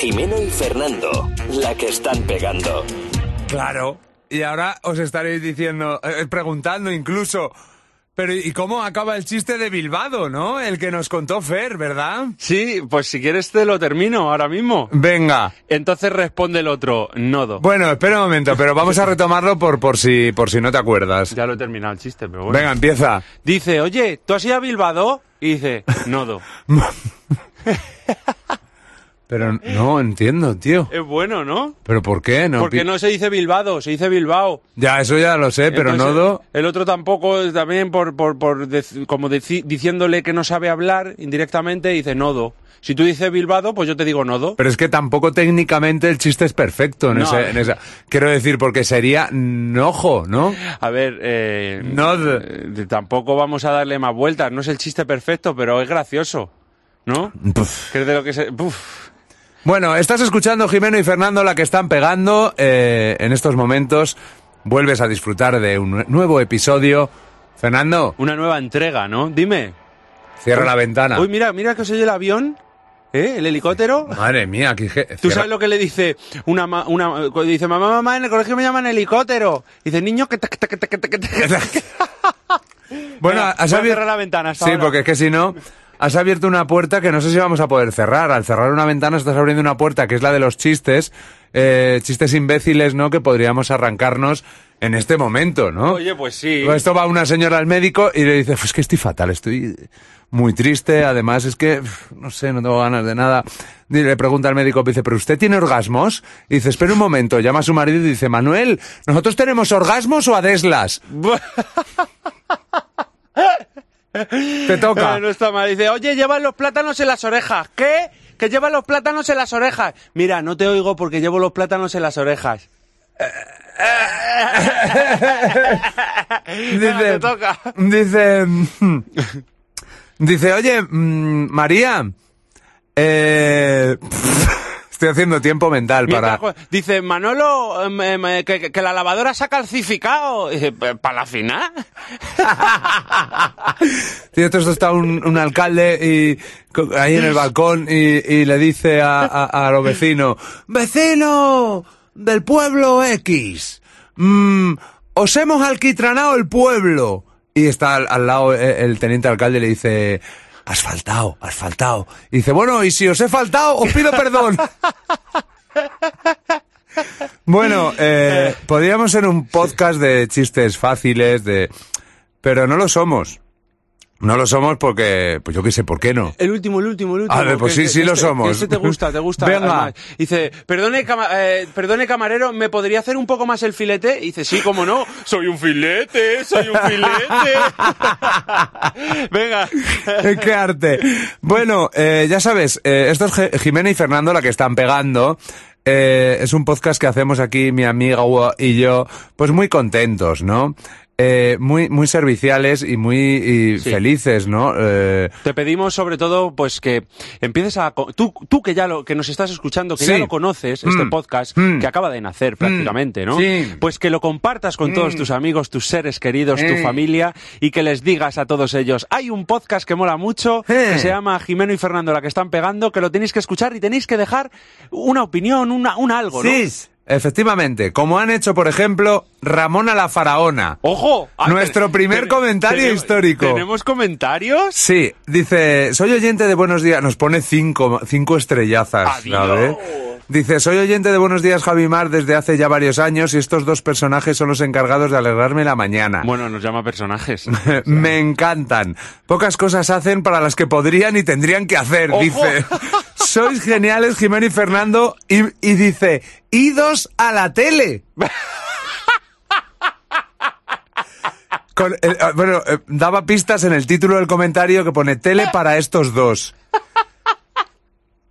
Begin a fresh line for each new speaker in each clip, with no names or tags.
Jimeno y Fernando, la que están pegando.
Claro. Y ahora os estaréis diciendo, eh, preguntando incluso, pero ¿y cómo acaba el chiste de Bilbado, no? El que nos contó Fer, ¿verdad?
Sí, pues si quieres te lo termino ahora mismo.
Venga.
Entonces responde el otro, nodo.
Bueno, espera un momento, pero vamos a retomarlo por, por, si, por si no te acuerdas.
Ya lo he terminado el chiste, pero bueno.
Venga, empieza.
Dice, oye, ¿tú has ido a Bilbado? Y dice, nodo.
Pero no entiendo, tío.
Es bueno, ¿no?
¿Pero por qué? No
Porque no se dice Bilbado, se dice Bilbao.
Ya, eso ya lo sé, pero
Entonces,
Nodo...
El otro tampoco, también por, por, por dec- como deci- diciéndole que no sabe hablar, indirectamente dice nodo. Si tú dices Bilbado, pues yo te digo nodo.
Pero es que tampoco técnicamente el chiste es perfecto en,
No,
ese-
a ver.
en esa... Quiero decir, porque sería nojo, ¿no?
A ver, eh,
Nodo.
eh, tampoco vamos a darle más vueltas. No es el chiste perfecto, pero es gracioso, ¿no?
Puf.
Que es de lo que se... Puf.
Bueno, estás escuchando Jimeno y Fernando, la que están pegando eh, en estos momentos. Vuelves a disfrutar de un nue- nuevo episodio. Fernando,
Una nueva entrega, ¿no? Dime.
cierra la ventana.
Uy, mira, mira que os oye el avión, ¿eh? El helicóptero.
Madre mía, aquí...
¿Tú sabes lo que le dice una, ma- una cuando dice mamá, mamá, en el colegio me llaman helicóptero? Dice, niño, que tac, tac, tac, tac, tac".
Bueno,
Venga,
has
voy a
abierto...
cerrar la ventana hasta
Sí,
ahora.
porque es que si no, has abierto una puerta que no sé si vamos a poder cerrar. Al cerrar una ventana estás abriendo una puerta que es la de los chistes, eh, chistes imbéciles, ¿no? Que podríamos arrancarnos en este momento, ¿no?
Oye, pues sí.
Esto va una señora al médico y le dice, pues que estoy fatal, estoy muy triste, además es que, pf, no sé, no tengo ganas de nada. Y le pregunta al médico, dice, ¿pero usted tiene orgasmos? Y dice, espera un momento, llama a su marido y dice, Manuel, ¿nosotros tenemos orgasmos o adeslas? Te toca.
Eh, no está mal. Dice, oye, llevan los plátanos en las orejas. ¿Qué? Que llevan los plátanos en las orejas. Mira, no te oigo porque llevo los plátanos en las orejas. Venga, te toca.
Dice. "Mm". Dice, oye, mm, María. eh, estoy haciendo tiempo mental para.
Mientras jue- Dice, Manolo, em, em, eh, que, que- que la lavadora se ha calcificado. Dice, "Pues, ¿para la final?
Tío, esto está un, un alcalde y co- ahí en el balcón y, y le dice a, a, a los vecinos, vecino del pueblo X, mm, os hemos alquitranado el pueblo. Y está al, al lado eh, el, teniente alcalde y le dice, has faltado, has faltado. Y dice, bueno, y si os he faltado, os pido perdón. Bueno, eh, podríamos ser un podcast de chistes fáciles, de, pero no lo somos. No lo somos porque, pues yo qué sé, ¿por qué no?
El último, el último, el último.
A ver, pues
que-
sí, sí
que
lo
este-
somos.
que Este te gusta, te gusta.
Venga.
además. Dice, perdone, cama- eh, perdone camarero, ¿me podría hacer un poco más el filete? Y dice, sí, cómo no. Soy un filete, soy un filete. Venga.
¡Qué arte! Bueno, eh, ya sabes, eh, esto es Ge- Jimena y Fernando la que están pegando. Eh, es un podcast que hacemos aquí mi amiga Ua y yo, pues muy contentos, ¿no? Eh, muy, muy serviciales y muy y
Sí.
felices, ¿no? Eh,
Te pedimos sobre todo pues que empieces a co- tú tú que ya lo que nos estás escuchando, que
Sí.
ya lo conoces este
Mm.
podcast
Mm.
que acaba de nacer prácticamente, ¿no?
Sí. Mm.
Pues que lo compartas con todos tus amigos, tus seres queridos, tu
Eh.
familia y que les digas a todos ellos, hay un podcast que mola mucho
Eh.
que se llama Jimeno y Fernando la que están pegando, que lo tenéis que escuchar y tenéis que dejar una opinión, una un algo, ¿no?
Efectivamente, como han hecho, por ejemplo, Ramona la Faraona.
Ojo, Ah,
Nuestro
ten-
primer
ten-
comentario
tenem-
histórico.
¿Tenemos comentarios?
Sí, dice, soy oyente de Buenos Días, nos pone cinco, cinco estrellazas,
Adiós.
¿sabes? Dice, soy oyente de Buenos Días Javi Mar desde hace ya varios años y estos dos personajes son los encargados de alegrarme la mañana.
Bueno, nos llama personajes.
Me encantan. Pocas cosas hacen para las que podrían y tendrían que hacer,
Ojo.
dice. Sois geniales, Jimena y Fernando, y, y dice, idos a la tele. Con- eh, eh, bueno, eh, daba pistas en el título del comentario que pone tele para estos dos.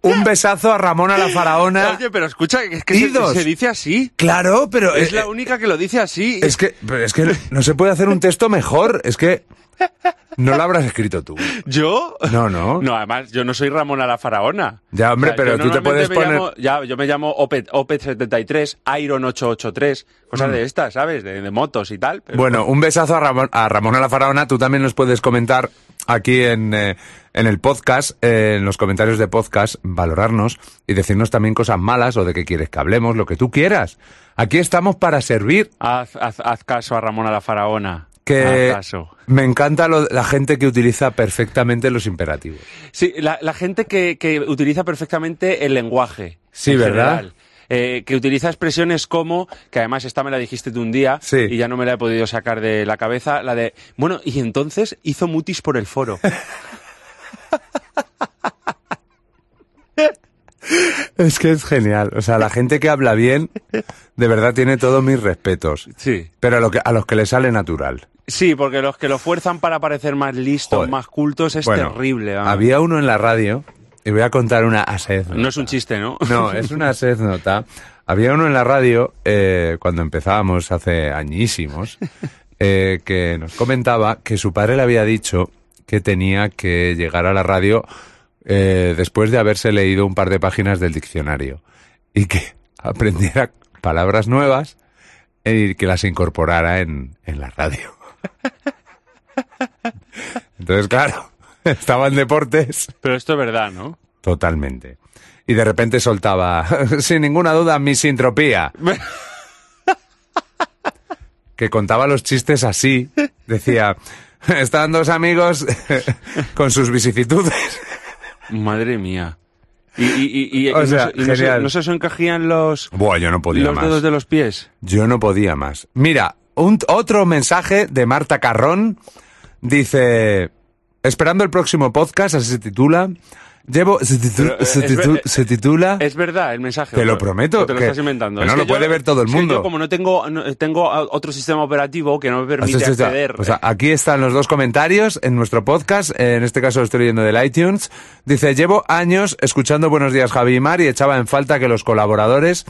Un besazo a Ramona la Faraona.
Oye, pero escucha, es que se-
Idos.
se dice así.
Claro, pero
Es
eh,
la única que lo dice así.
Es que, pero es que no se puede hacer un texto mejor. Es que No la habrás escrito tú.
¿Yo?
No, no.
No, además, yo no soy Ramona la Faraona.
Ya, hombre, pero
yo
tú te
normalmente
puedes
me
poner-
llamo- ya, yo me llamo Opet, Opet 73, Iron 883, cosas de estas, ¿sabes? De, de motos y tal. pero-
Mm. Bueno, un besazo a, Ramón, a Ramona la Faraona. Tú también nos puedes comentar aquí en, eh, en el podcast, eh, en los comentarios de podcast, valorarnos y decirnos también cosas malas o de qué quieres que hablemos, lo que tú quieras. Aquí estamos para servir.
Haz, haz- haz caso a Ramona la Faraona.
Que
Haz caso.
me encanta lo- la gente que utiliza perfectamente los imperativos.
Sí, la, la gente que, que utiliza perfectamente el lenguaje.
Sí,
en
¿verdad?
general. Eh, que utiliza expresiones como, que además esta me la dijiste tú un día
Sí.
y ya no me la he podido sacar de la cabeza, la de, bueno, y entonces hizo mutis por el foro.
Es que es genial. O sea, la gente que habla bien, de verdad tiene todos mis respetos.
Sí.
Pero a, lo que- a los que le sale natural.
Sí, porque los que lo fuerzan para parecer más listos,
Joder.
más cultos, es
Bueno,
terrible. vamos.
Había uno en la radio, y voy a contar una ased.
No es un chiste, ¿no?
No, es una sed nota. Había uno en la radio, eh, cuando empezábamos hace añísimos, eh, que nos comentaba que su padre le había dicho que tenía que llegar a la radio eh, después de haberse leído un par de páginas del diccionario y que aprendiera palabras nuevas y que las incorporara en, en la radio. Entonces, claro, estaban deportes.
Pero esto es verdad, ¿no?
Totalmente. Y de repente soltaba, sin ninguna duda, misintropía. que contaba los chistes así. Decía, estaban dos amigos con sus vicisitudes.
Madre mía. Y, y- y- y-
O
y
sea,
no, se- y no se-
genial.
no se os encajían los,
Buah, yo no podía
los
más.
dedos de los pies.
Yo no podía más. Mira, un, otro mensaje de Marta Carrón. Dice, esperando el próximo podcast, así se titula. Llevo, se, titu-
Pero, eh,
se
es
titu-
ver- eh,
se titula...
Es verdad el mensaje.
Te lo
¿no?
prometo,
O Te lo
que-
estás inventando.
que no
Es
lo
yo-
puede ver todo el
es que
mundo.
yo como no tengo, no- eh, tengo a- otro sistema operativo que no me permite
O sea, o sea,
acceder.
o sea, aquí están los dos comentarios en nuestro podcast. eh, En este caso lo estoy leyendo del iTunes. Dice, llevo años escuchando Buenos días Javi y Mar y echaba en falta que los colaboradores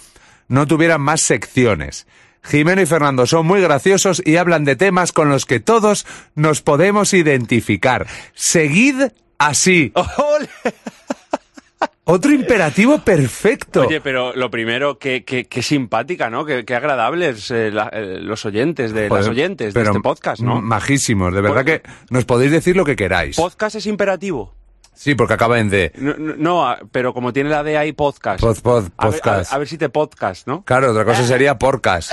no tuvieran más secciones. Jimeno y Fernando son muy graciosos y hablan de temas con los que todos nos podemos identificar. Seguid así.
¡Ole!
Otro imperativo perfecto.
Oye, pero lo primero, qué, qué, qué simpática, ¿no? Qué, qué agradables eh, la- eh, los oyentes, de
Joder,
las oyentes
pero
de este podcast, ¿no?
Majísimos, de verdad
Pues-
que nos podéis decir lo que queráis.
Podcast es imperativo.
Sí, porque acaba en D.
No, no, no, ah, pero como tiene la D ahí, podcast.
Pod- pod-
A ver- a ver-
podcast.
A, ver si te podcast, ¿no?
Claro, otra cosa sería porcas.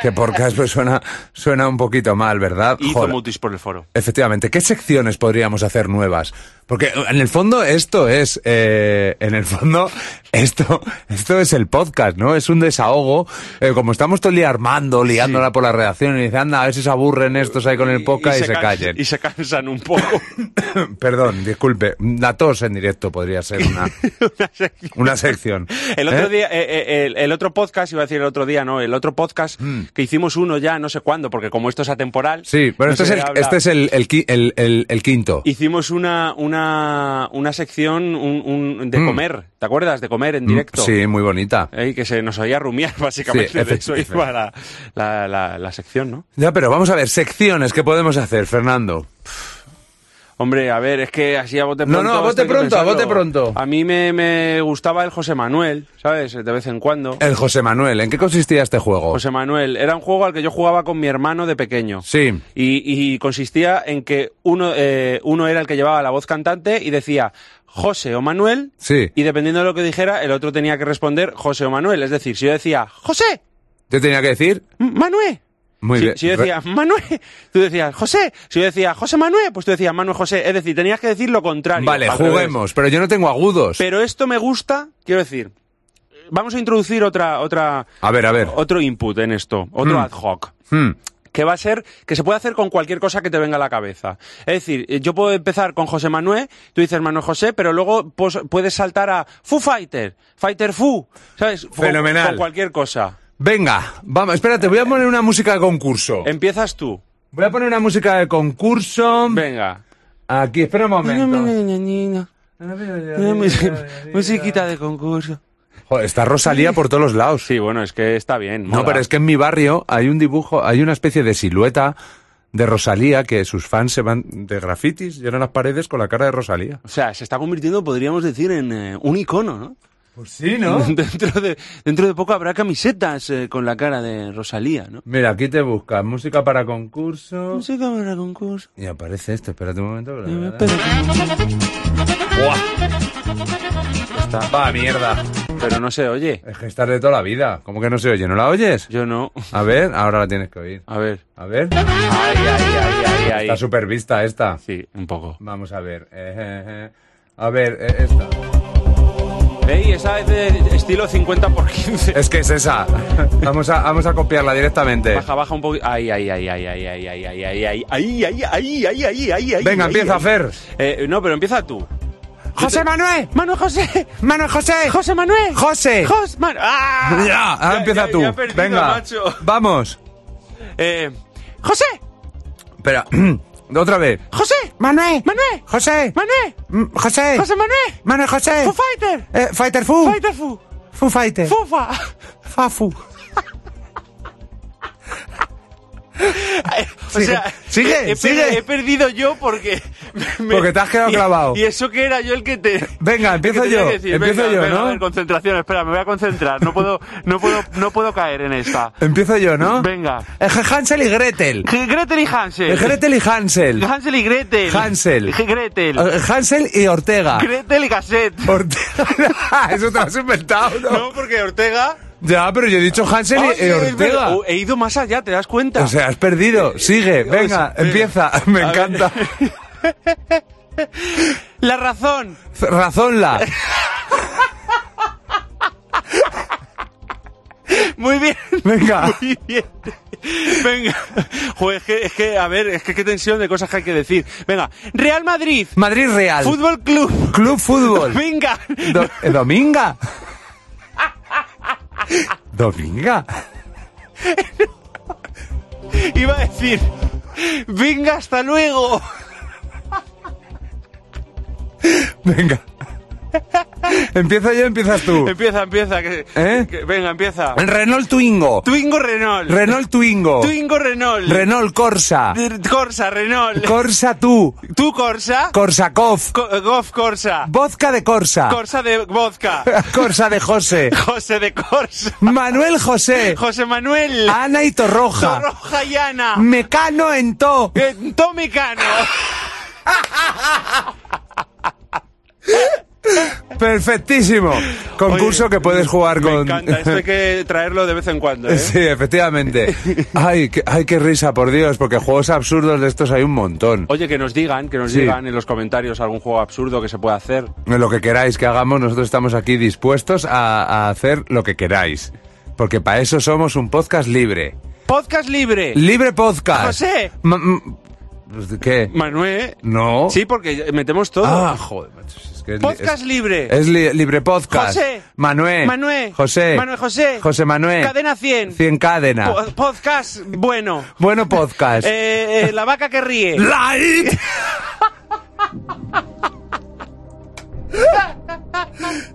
Que porcas pues suena, suena un poquito mal, ¿verdad?
Hizo
Joder.
mutis por el foro.
Efectivamente, ¿qué secciones podríamos hacer nuevas? Porque en el fondo esto es, eh, en el fondo esto, esto es el podcast, ¿no? Es un desahogo. Eh, como estamos todo el día armando, liándola por la redacción y dice, anda, a ver si se aburren estos ahí con el podcast y, se,
can-
callen.
Y se cansan un poco.
Perdón, disculpe, la tos en directo podría ser una, una sección.
El otro
¿Eh?
día, eh, eh, el, el otro podcast, iba a decir el otro día, no, el otro podcast que hicimos uno ya, no sé cuándo, porque como esto es atemporal.
Mm. Sí, bueno,
no
este, es
se
el,
habla.
este es el, el qui- el- el- el quinto.
Hicimos una, una, una sección un, un- de comer, ¿te acuerdas? De comer en directo.
Mm. Sí, muy bonita.
Eh, que se nos oía rumiar, básicamente.
Sí,
de eso
efectivamente.
iba la, la, la- la sección, ¿no?
Ya, pero vamos a ver, secciones que podemos hacer, Fernando.
Hombre, a ver, es que así a bote
No,
pronto.
no, a bote
esto hay que
pronto, a
pensarlo.
bote pronto.
A mí me, me gustaba el José Manuel, ¿sabes? De vez en cuando.
El José Manuel, ¿en qué consistía este juego?
José Manuel, era un juego al que yo jugaba con mi hermano de pequeño.
Sí.
Y, y consistía en que uno, eh, uno era el que llevaba la voz cantante y decía José o Manuel.
Sí.
Y dependiendo de lo que dijera, el otro tenía que responder José o Manuel. Es decir, si yo decía José,
Yo tenía que decir,
M- Manuel.
Muy
si,
bien.
Si yo decía Manuel, tú decías José. Si yo decía José Manuel, pues tú decías Manuel José. Es decir, tenías que decir lo contrario.
vale,
al revés.
juguemos, pero yo no tengo agudos.
Pero esto me gusta, quiero decir. Vamos a introducir otra, otra,
A ver, a ver.
otro input en esto, otro
Mm.
ad hoc
Hmm.
que va a ser que se puede hacer con cualquier cosa que te venga a la cabeza. Es decir, eh, yo puedo empezar con José Manuel, tú dices Manuel José, pero luego pos- puedes saltar a Foo Fighter, Fighter Foo, ¿sabes? Con-
Fenomenal.
Con cualquier cosa.
Venga, vamos, espérate, voy a poner una música de concurso.
Empiezas tú.
Voy a poner una música de concurso.
Venga.
Aquí, espera un momento.
Musiquita de concurso.
Joder, está Rosalía por todos los lados.
Sí, bueno, es que está bien.
No,
mola.
pero es que en mi barrio hay un dibujo, hay una especie de silueta de Rosalía, que sus fans se van de grafitis, llenan las paredes con la cara de Rosalía.
O sea, se está convirtiendo, podríamos decir, en eh, un icono, ¿no?
Pues sí, ¿no?
dentro, de, dentro de poco habrá camisetas eh, con la cara de Rosalía, ¿no?
Mira, aquí te buscas música para concurso.
Música para concurso.
Y aparece esto, espérate un momento. bla, bla, bla.
Pero,
Está- Va, mierda.
pero no se oye.
Es que estás de toda la vida. ¿Cómo que no se oye? ¿No la oyes?
Yo no.
A ver, ahora la tienes que oír.
A ver.
A ver.
Ay, ay, ay, ay,
Está
ay.
súper vista esta.
Sí, un poco.
Vamos a ver. eh, eh, eh. A ver, eh, esta.
Ey, esa es de estilo 50 por 15.
Es que es esa. Vamos a, vamos a copiarla directamente.
Baja, baja un poquito. Ay, ay, ay, ay, ay, ay, ay, ay, ay, ay, ay, ay, ay, ay, ay, ay, ay.
Venga,
ay,
empieza,
ay.
Fer.
Eh, no, pero empieza tú.
José Manuel.
Manuel José.
Manuel José.
José Manuel.
José.
Jos- Man- ¡Ah!
Ya, ahora
Ya,
empieza
ya,
tú.
ya he perdido,
Venga,
macho.
vamos.
Eh, José.
Espera, otra vez.
José.
Manuel.
Manuel.
José.
Manuel.
Mm, José.
José Manuel.
Manuel José.
Foo Fighter.
Eh, Fighter Fu.
Fighter Fu.
Fu Fighter.
Fufa.
Fafu.
eh, O sea,
sigue,
he, per-
sigue.
he perdido yo porque. me- me-
Porque te has quedado
y-
clavado.
Y, eso que era yo el que te.
Venga, empiezo
que tenía
yo,
que decir,
empiezo
venga,
yo,
venga,
¿no?
a ver, concentración, espera, me voy a concentrar. No puedo, no puedo, no puedo caer en esta.
Empiezo yo, ¿no?
Venga.
Eh, Hansel y Gretel.
G- Gretel y Hansel.
Eh, Gretel y Hansel.
Hansel y Gretel.
Hansel.
G- Gretel.
Eh, Hansel y Ortega.
Gretel y Cassette.
Ortega. Eso te lo has inventado, ¿no?
No, porque Ortega.
Ya, pero yo he dicho Hansel
Ay,
y, y
es
Ortega.
verdad. Oh, He ido más allá, ¿te das cuenta?
O sea, has perdido. Sigue, venga,
sea,
empieza. Me
eh, A ver.
encanta.
La razón.
Razónla.
Muy bien.
Venga.
Muy bien. Venga. Joder, es que, es que, a ver, es que qué tensión de cosas que hay que decir. Venga. Real Madrid.
Madrid Real.
Fútbol Club.
Club Fútbol.
Venga.
Do- eh, Dominga. Dominga.
Iba a decir. Venga, hasta luego.
Venga. Empiezo yo, empiezas tú.
Empieza, empieza. Que,
¿Eh?
que- venga, empieza.
Renault Twingo.
Twingo Renault.
Renault Twingo.
Twingo Renault.
Renault Corsa.
D- Corsa Renault.
Corsa tú.
Tú Corsa.
Korsakov.
Co- eh, Golf Corsa.
Vodka de Corsa.
Corsa de vodka.
Corsa de José.
José de Corsa.
Manuel José.
José Manuel.
Ana y Torroja.
Roja y Ana.
Mm. Mecano en To.
Eh, Tommy Cano.
Perfectísimo. Concurso
Oye,
que puedes jugar
me
con.
encanta, esto hay que traerlo de vez en cuando. ¿eh?
Sí, efectivamente. Ay, qué, ay, qué risa, por Dios, porque juegos absurdos de estos hay un montón.
Oye, que nos digan, que nos
Sí.
digan en los comentarios algún juego absurdo que se pueda hacer.
Lo que queráis que hagamos, nosotros estamos aquí dispuestos a, a hacer lo que queráis. Porque para eso somos un podcast libre.
Podcast libre.
¡Libre podcast!
Ah, José.
Ma- m- ¿Qué?
Manuel.
No.
Sí, porque metemos todo.
Ah, joder, macho, si es que es li-
Podcast
es-
libre.
Es li- libre podcast.
José.
Manuel.
Manuel.
José.
Manuel José.
José Manuel.
Cadena 100.
100 cadena.
Po- podcast bueno.
bueno podcast.
Eh, eh, la vaca que ríe.
Light.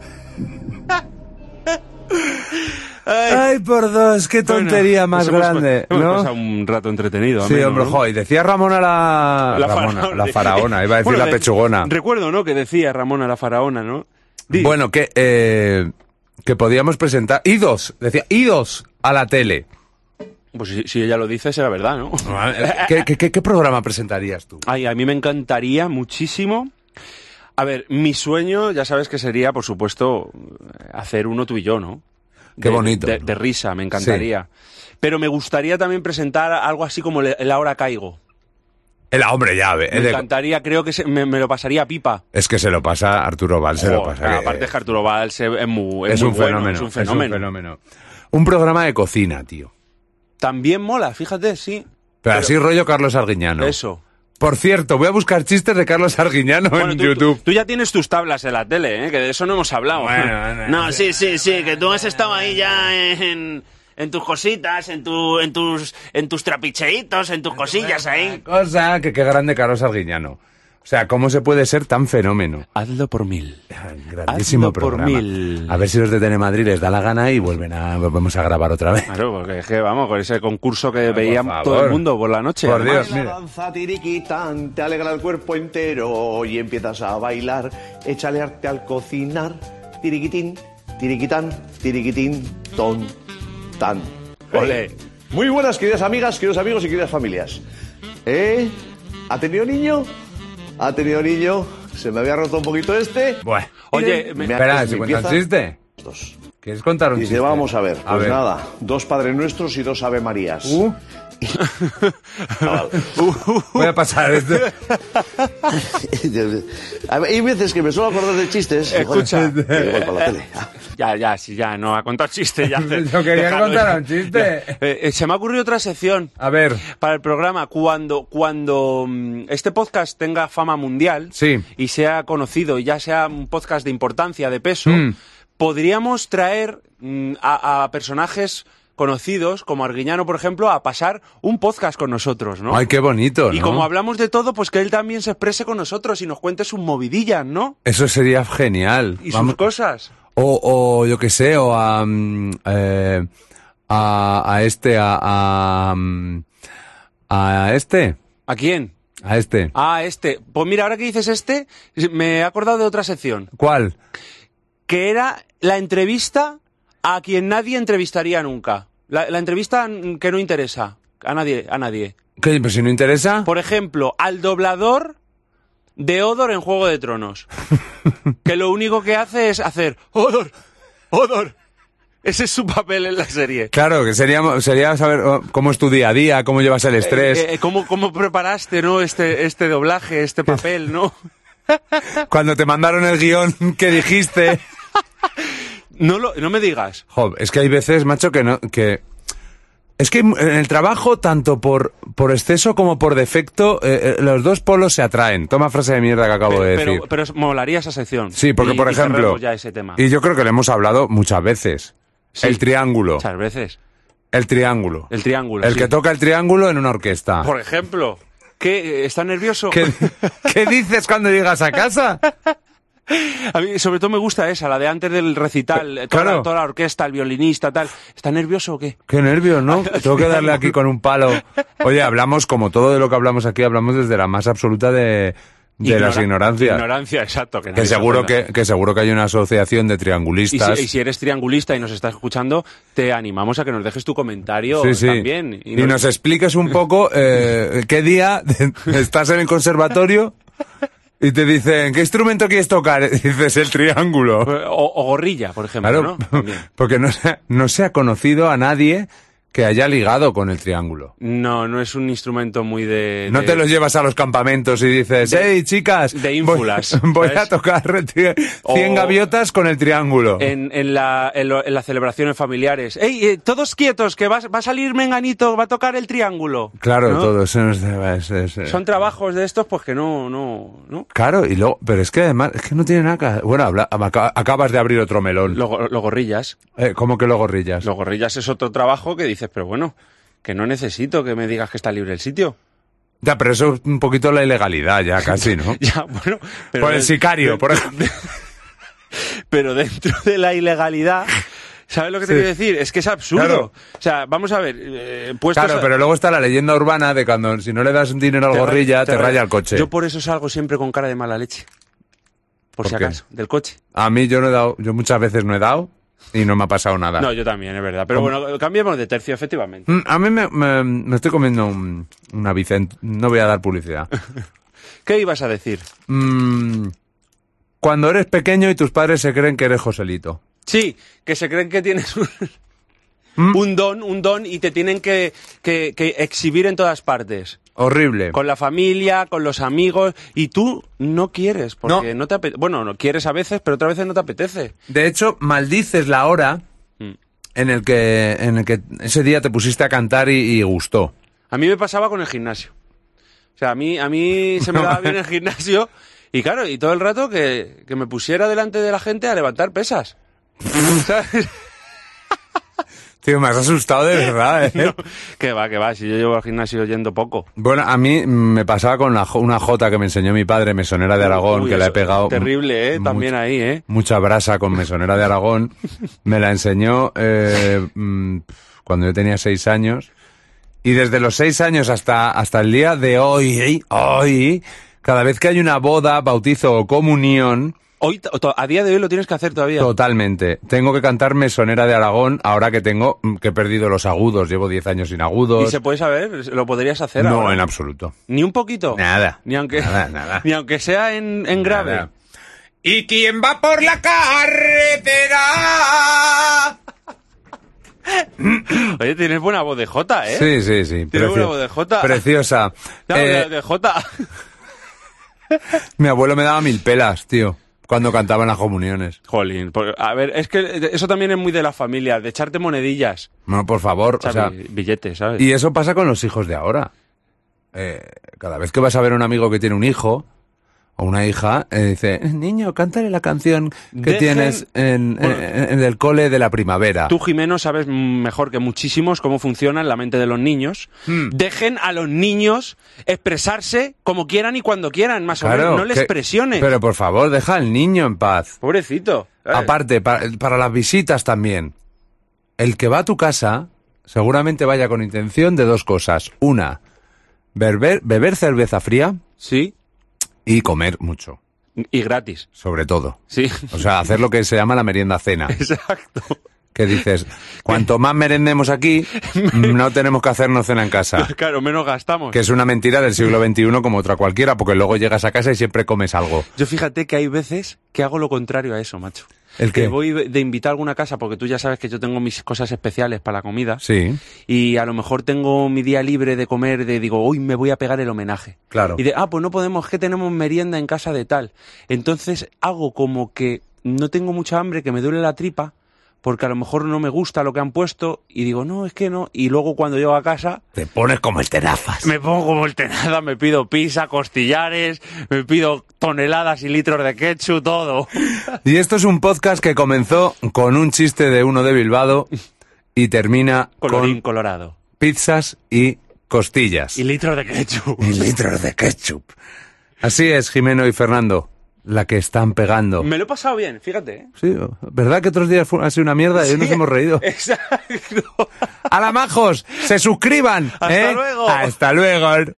Ay.
Ay, por dos, qué tontería
Bueno,
más
pues hemos-
grande,
hemos
¿no?
pasado un rato entretenido.
Sí,
ameno,
hombre,
¿no?
jo, y decía Ramona la... Ramona, la faraona, iba a decir
Bueno,
la
de-
pechugona.
Recuerdo, ¿no? Que decía Ramona la faraona, ¿no? Di-
Bueno, que, eh, que podíamos presentar... Idos, decía, idos a la tele.
Pues si, si ella lo dice, será verdad, ¿no?
¿Qué, qué- qué- qué programa presentarías tú?
Ay, a mí me encantaría muchísimo. A ver, mi sueño, ya sabes que sería, por supuesto, hacer uno tú y yo, ¿no?
Qué
De-
bonito.
De, de risa, me encantaría. Pero me gustaría también presentar algo así como el, el Ahora Caigo.
El hombre llave.
Me encantaría, creo que se- me, me lo pasaría pipa.
Es que se lo pasa Arturo Val, se lo
Joder,
pasa. que-
aparte es que Arturo Valls es, es muy,
es
muy
un
bueno,
fenómeno,
es un fenómeno.
fenómeno. Un programa de cocina, tío.
También mola, fíjate, sí.
Pero, así rollo Carlos Arguiñano.
Eso.
Por cierto, voy a buscar chistes de Carlos Arguiñano
Bueno,
en
tú,
YouTube.
Tú, tú ya tienes tus tablas en la tele, ¿eh? que de eso no hemos hablado.
Bueno, bueno.
No, sí, sí, sí, que tú has estado ahí ya en, en tus cositas, en, tu, en, tus, en tus trapicheitos, en tus cosillas ahí.
Cosa que qué grande Carlos Arguiñano. O sea, ¿cómo se puede ser tan fenómeno?
Hazlo por mil.
Grandísimo
Hazlo por
programa.
mil.
A ver si los de Telemadrid les da la gana y vuelven a vamos a grabar otra vez.
Claro, porque es que vamos, con ese concurso que
por
veía todo
favor.
el mundo por la noche.
Por
además.
Dios.
Baila,
mira.
danza, tiriquitán, te alegra el cuerpo entero y empiezas a bailar. Échale arte al cocinar. Tiriquitín, tiriquitán, tiriquitín, ton, tan. Ole. Muy buenas, queridas amigas, queridos amigos y queridas familias. ¿Eh? ¿Ha tenido niño? ¿Ha tenido niño? Se me había roto un poquito este.
Bueno.
Oye,
Me-
me-
Espera,
haces
si
mi
cuenta un
pieza.
chiste.
Dos.
¿Quieres contar un
Dice,
chiste?
vamos a ver. Pues nada, dos Padres Nuestros y dos Ave Marías.
Uh,
Chaval.
voy a pasar este. esto.
A ver, hay veces que me suelo acordar de chistes.
Escucha.
Igual para la tele. Ah.
ya, ya, sí, ya, no ha contado chiste. Ya,
Yo quería
Déjalo
contar
ya.
un chiste.
Ya. Eh, eh, se me ha ocurrido otra sección
A ver.
para el programa. Cuando, cuando mm, este podcast tenga fama mundial
Sí.
y sea conocido y ya sea un podcast de importancia, de peso,
Mm.
podríamos traer mm, a, a personajes conocidos, como Arguiñano, por ejemplo, a pasar un podcast con nosotros, ¿no?
Ay, qué bonito,
Y
¿no?
como hablamos de todo, pues que él también se exprese con nosotros y nos cuente sus movidillas, ¿no?
Eso sería genial.
Y
Vamos-
sus cosas.
O, o yo qué sé, o a, mm, eh, a, a este, a, a, mm, a este,
¿A quién?
a este.
Ah, este. Pues mira, ahora que dices este, me he acordado de otra sección,
¿Cuál?
que era la entrevista a quien nadie entrevistaría nunca. La, la entrevista mm, que no interesa a nadie, a nadie.
¿Qué? Pues si no interesa.
Por ejemplo, al doblador de Odor en Juego de Tronos, que lo único que hace es hacer Odor, Odor. Ese es su papel en la serie.
Claro, que sería, sería saber oh, cómo es tu día a día, cómo llevas el estrés.
Eh, eh, ¿cómo, ¿Cómo preparaste, no, este, este doblaje, este papel, no? eh.
Cuando te mandaron el guión que dijiste.
No, lo, no me digas.
Job, es que hay veces, macho, que no, que. Es que en el trabajo, tanto por, por exceso como por defecto, eh, eh, los dos polos se atraen. Toma frase de mierda que acabo
Pero,
de
pero,
decir.
pero molaría esa sección.
Sí, porque
Y-
por
y cerremos
ejemplo,
ya ese tema.
y yo creo que le hemos hablado muchas veces,
Sí.
el triángulo,
Muchas veces.
el triángulo,
El triángulo.
El
sí.
que toca el triángulo en una orquesta.
Por ejemplo, ¿qué? eh, ¿Está nervioso?
¿Qué, qué dices cuando llegas a casa?
A mí sobre todo me gusta esa, la de antes del recital. eh, Toda,
claro.
la, toda la orquesta, el violinista, tal. ¿Está nervioso o qué?
Qué nervios, ¿no? Tengo que darle aquí con un palo. Oye, hablamos como todo de lo que hablamos aquí, hablamos desde la más absoluta de, de las
Ignora-
ignorancias.
Ignorancia, exacto. Que, nadie
Que
se
seguro
ofenda.
que, que seguro que hay una asociación de
Y si,
triangulistas.
y si eres triangulista y nos estás escuchando, te animamos a que nos dejes tu comentario
Sí, sí.
también.
Y, nos expliques un poco eh, qué día estás en el conservatorio y te dicen, ¿qué instrumento quieres tocar? Y dices, el triángulo.
O, o gorrilla, por ejemplo,
Claro,
¿no? También.
porque no se, no se ha conocido a nadie que haya ligado con el triángulo.
No, no es un instrumento muy de...
No
de-
te los llevas a los campamentos y dices,
Eh, de-
hey chicas,
de
voy-
ínfulas,
voy, a
¿sabes?
tocar tri- 100
O-
gaviotas con el triángulo.
en, en, la- en lo- en las celebraciones familiares. ¡Ey, eh, todos quietos, que va, va a salir Menganito, va a tocar el triángulo!
Claro,
¿No?
todo eso es- es- es- es-
Son trabajos de estos, pues que no, no, no.
Claro, y luego, pero es que además, es que no tiene nada que... Bueno, habla- aca- acabas de abrir otro melón.
Los go- los gorrillas.
Eh, ¿Cómo que lo gorrillas?
Los gorrillas es otro trabajo que dices, pero bueno, que no necesito que me digas que está libre el sitio.
Ya, pero eso es un poquito la ilegalidad ya casi, ¿no?
Ya, bueno. Pero
por el
de-
sicario, por ejemplo.
pero dentro de la ilegalidad. ¿Sabes lo que te
Sí.
quiero decir? Es que es absurdo.
Claro.
O sea, vamos a ver. eh, puestos
Claro,
a-
pero luego está la leyenda urbana de cuando si no le das un dinero al
ra-
gorrilla, te,
ra-
raya el coche.
Yo por eso salgo siempre con cara de mala leche. Por,
¿Por
si
qué?
acaso, del coche.
A mí yo no he dado, yo muchas veces no he dado y no me ha pasado nada.
No, yo también, es verdad. Pero bueno, cambiemos de tercio, efectivamente.
Mm, A mí me, me- me estoy comiendo un- una Vicent, no voy a dar publicidad.
¿Qué ibas a decir?
Mm, cuando eres pequeño y tus padres se creen que eres Joselito.
Sí, que se creen que tienes un,
Mm.
un don, un don, y te tienen que, que- que exhibir en todas partes.
Horrible.
Con la familia, con los amigos, y tú no quieres, porque no, te apetece. Bueno, no quieres a veces, pero otras veces no te apetece.
De hecho, maldices la hora
Mm.
en el que, en el que ese día te pusiste a cantar y, y gustó.
A mí me pasaba con el gimnasio. O sea, a mí, a mí se me daba bien el gimnasio. Y claro, y todo el rato que, que me pusiera delante de la gente a levantar pesas. ¿Sabes?
Tío, me has asustado de verdad, ¿eh?
que va, que va, si yo llevo al gimnasio yendo poco.
Bueno, a mí mm, me pasaba con la jo- una jota que me enseñó mi padre, mesonera de Aragón,
Uy,
que la he
eso es
pegado.
Terrible, ¿eh?
mu-
También ahí, ¿eh?
Mucha brasa con mesonera de Aragón. Me la enseñó eh, mm, cuando yo tenía seis años. Y desde los seis años hasta, hasta el día de hoy, hoy, cada vez que hay una boda, bautizo o comunión,
Hoy, t- to- a día de hoy lo tienes que hacer todavía.
Totalmente. Tengo que cantar Mesonera de Aragón ahora que tengo mm, que he perdido los agudos. Llevo 10 años sin
¿Y
agudos.
se puede saber? ¿Lo podrías hacer
no,
ahora?
en absoluto.
¿Ni un poquito?
Nada.
Ni aunque,
Nada, nada.
Ni aunque sea en, en grave.
Nada. ¿Y quién va por la carretera?
Oye, tienes buena voz de Jota, ¿eh?
Sí, sí, sí.
Tiene una voz de Jota.
Preciosa.
No,
Eh,
de- de Jota.
Mi abuelo me daba mil pelas, tío, cuando cantaba en las comuniones.
Jolín, por- a ver, es que eso también es muy de la familia, de echarte monedillas,
No, por favor. O
o sea,
sea,
bi- billetes, ¿sabes?
Y eso pasa con los hijos de ahora. Eh, cada vez que vas a ver a un amigo que tiene un hijo o una hija, eh, dice, niño, cántale la canción que
Dejen-
tienes en,
Bueno.
en- en el cole de la primavera.
Tú, Jimeno, sabes mm, mejor que muchísimos cómo funciona en la mente de los niños.
Hmm.
Dejen a los niños expresarse como quieran y cuando quieran, más o
Claro,
menos. No les
que-
presiones.
Pero por favor, deja al niño en paz.
Pobrecito. ¿sabes?
Aparte, pa- para las visitas también. El que va a tu casa seguramente vaya con intención de dos cosas. Una, beber, beber cerveza fría
Sí,
y comer mucho,
y gratis.
sobre todo.
Sí,
O sea, hacer lo que se llama la merienda cena.
exacto.
que dices, cuanto más merendemos aquí, no tenemos que hacernos cena en casa.
Claro, menos gastamos.
Que es una mentira del siglo XXI como otra cualquiera, porque luego llegas a casa y siempre comes algo.
Yo fíjate que hay veces que hago lo contrario a eso, macho.
¿El qué?
Que voy de invitar a alguna casa, porque tú ya sabes que yo tengo mis cosas especiales para la comida.
Sí,
y a lo mejor tengo mi día libre de comer, de digo, hoy me voy a pegar el homenaje.
claro.
Y de, ah, pues no podemos, que tenemos merienda en casa de tal. Entonces hago como que no tengo mucha hambre, que me duele la tripa, porque a lo mejor no me gusta lo que han puesto, y digo, no, es que no. Y luego cuando llego a casa,
Te pones como el tenazas.
me pongo como el tenada, me pido pizza, costillares, me pido toneladas y litros de ketchup, todo.
Y esto es un podcast que comenzó con un chiste de uno de Bilbao y termina
Colorín
con
colorado.
pizzas y costillas.
Y litros de ketchup.
Y litros de ketchup. Así es, Jimeno y Fernando, la que están pegando.
Me lo he pasado bien, fíjate. ¿eh?
Sí, ¿verdad que otros días fue- ha sido una mierda y hoy nos
Sí,
hemos reído?
Exacto.
¡Hala, majos! ¡Se suscriban!
¡Hasta
¿eh?
luego!
¡Hasta luego!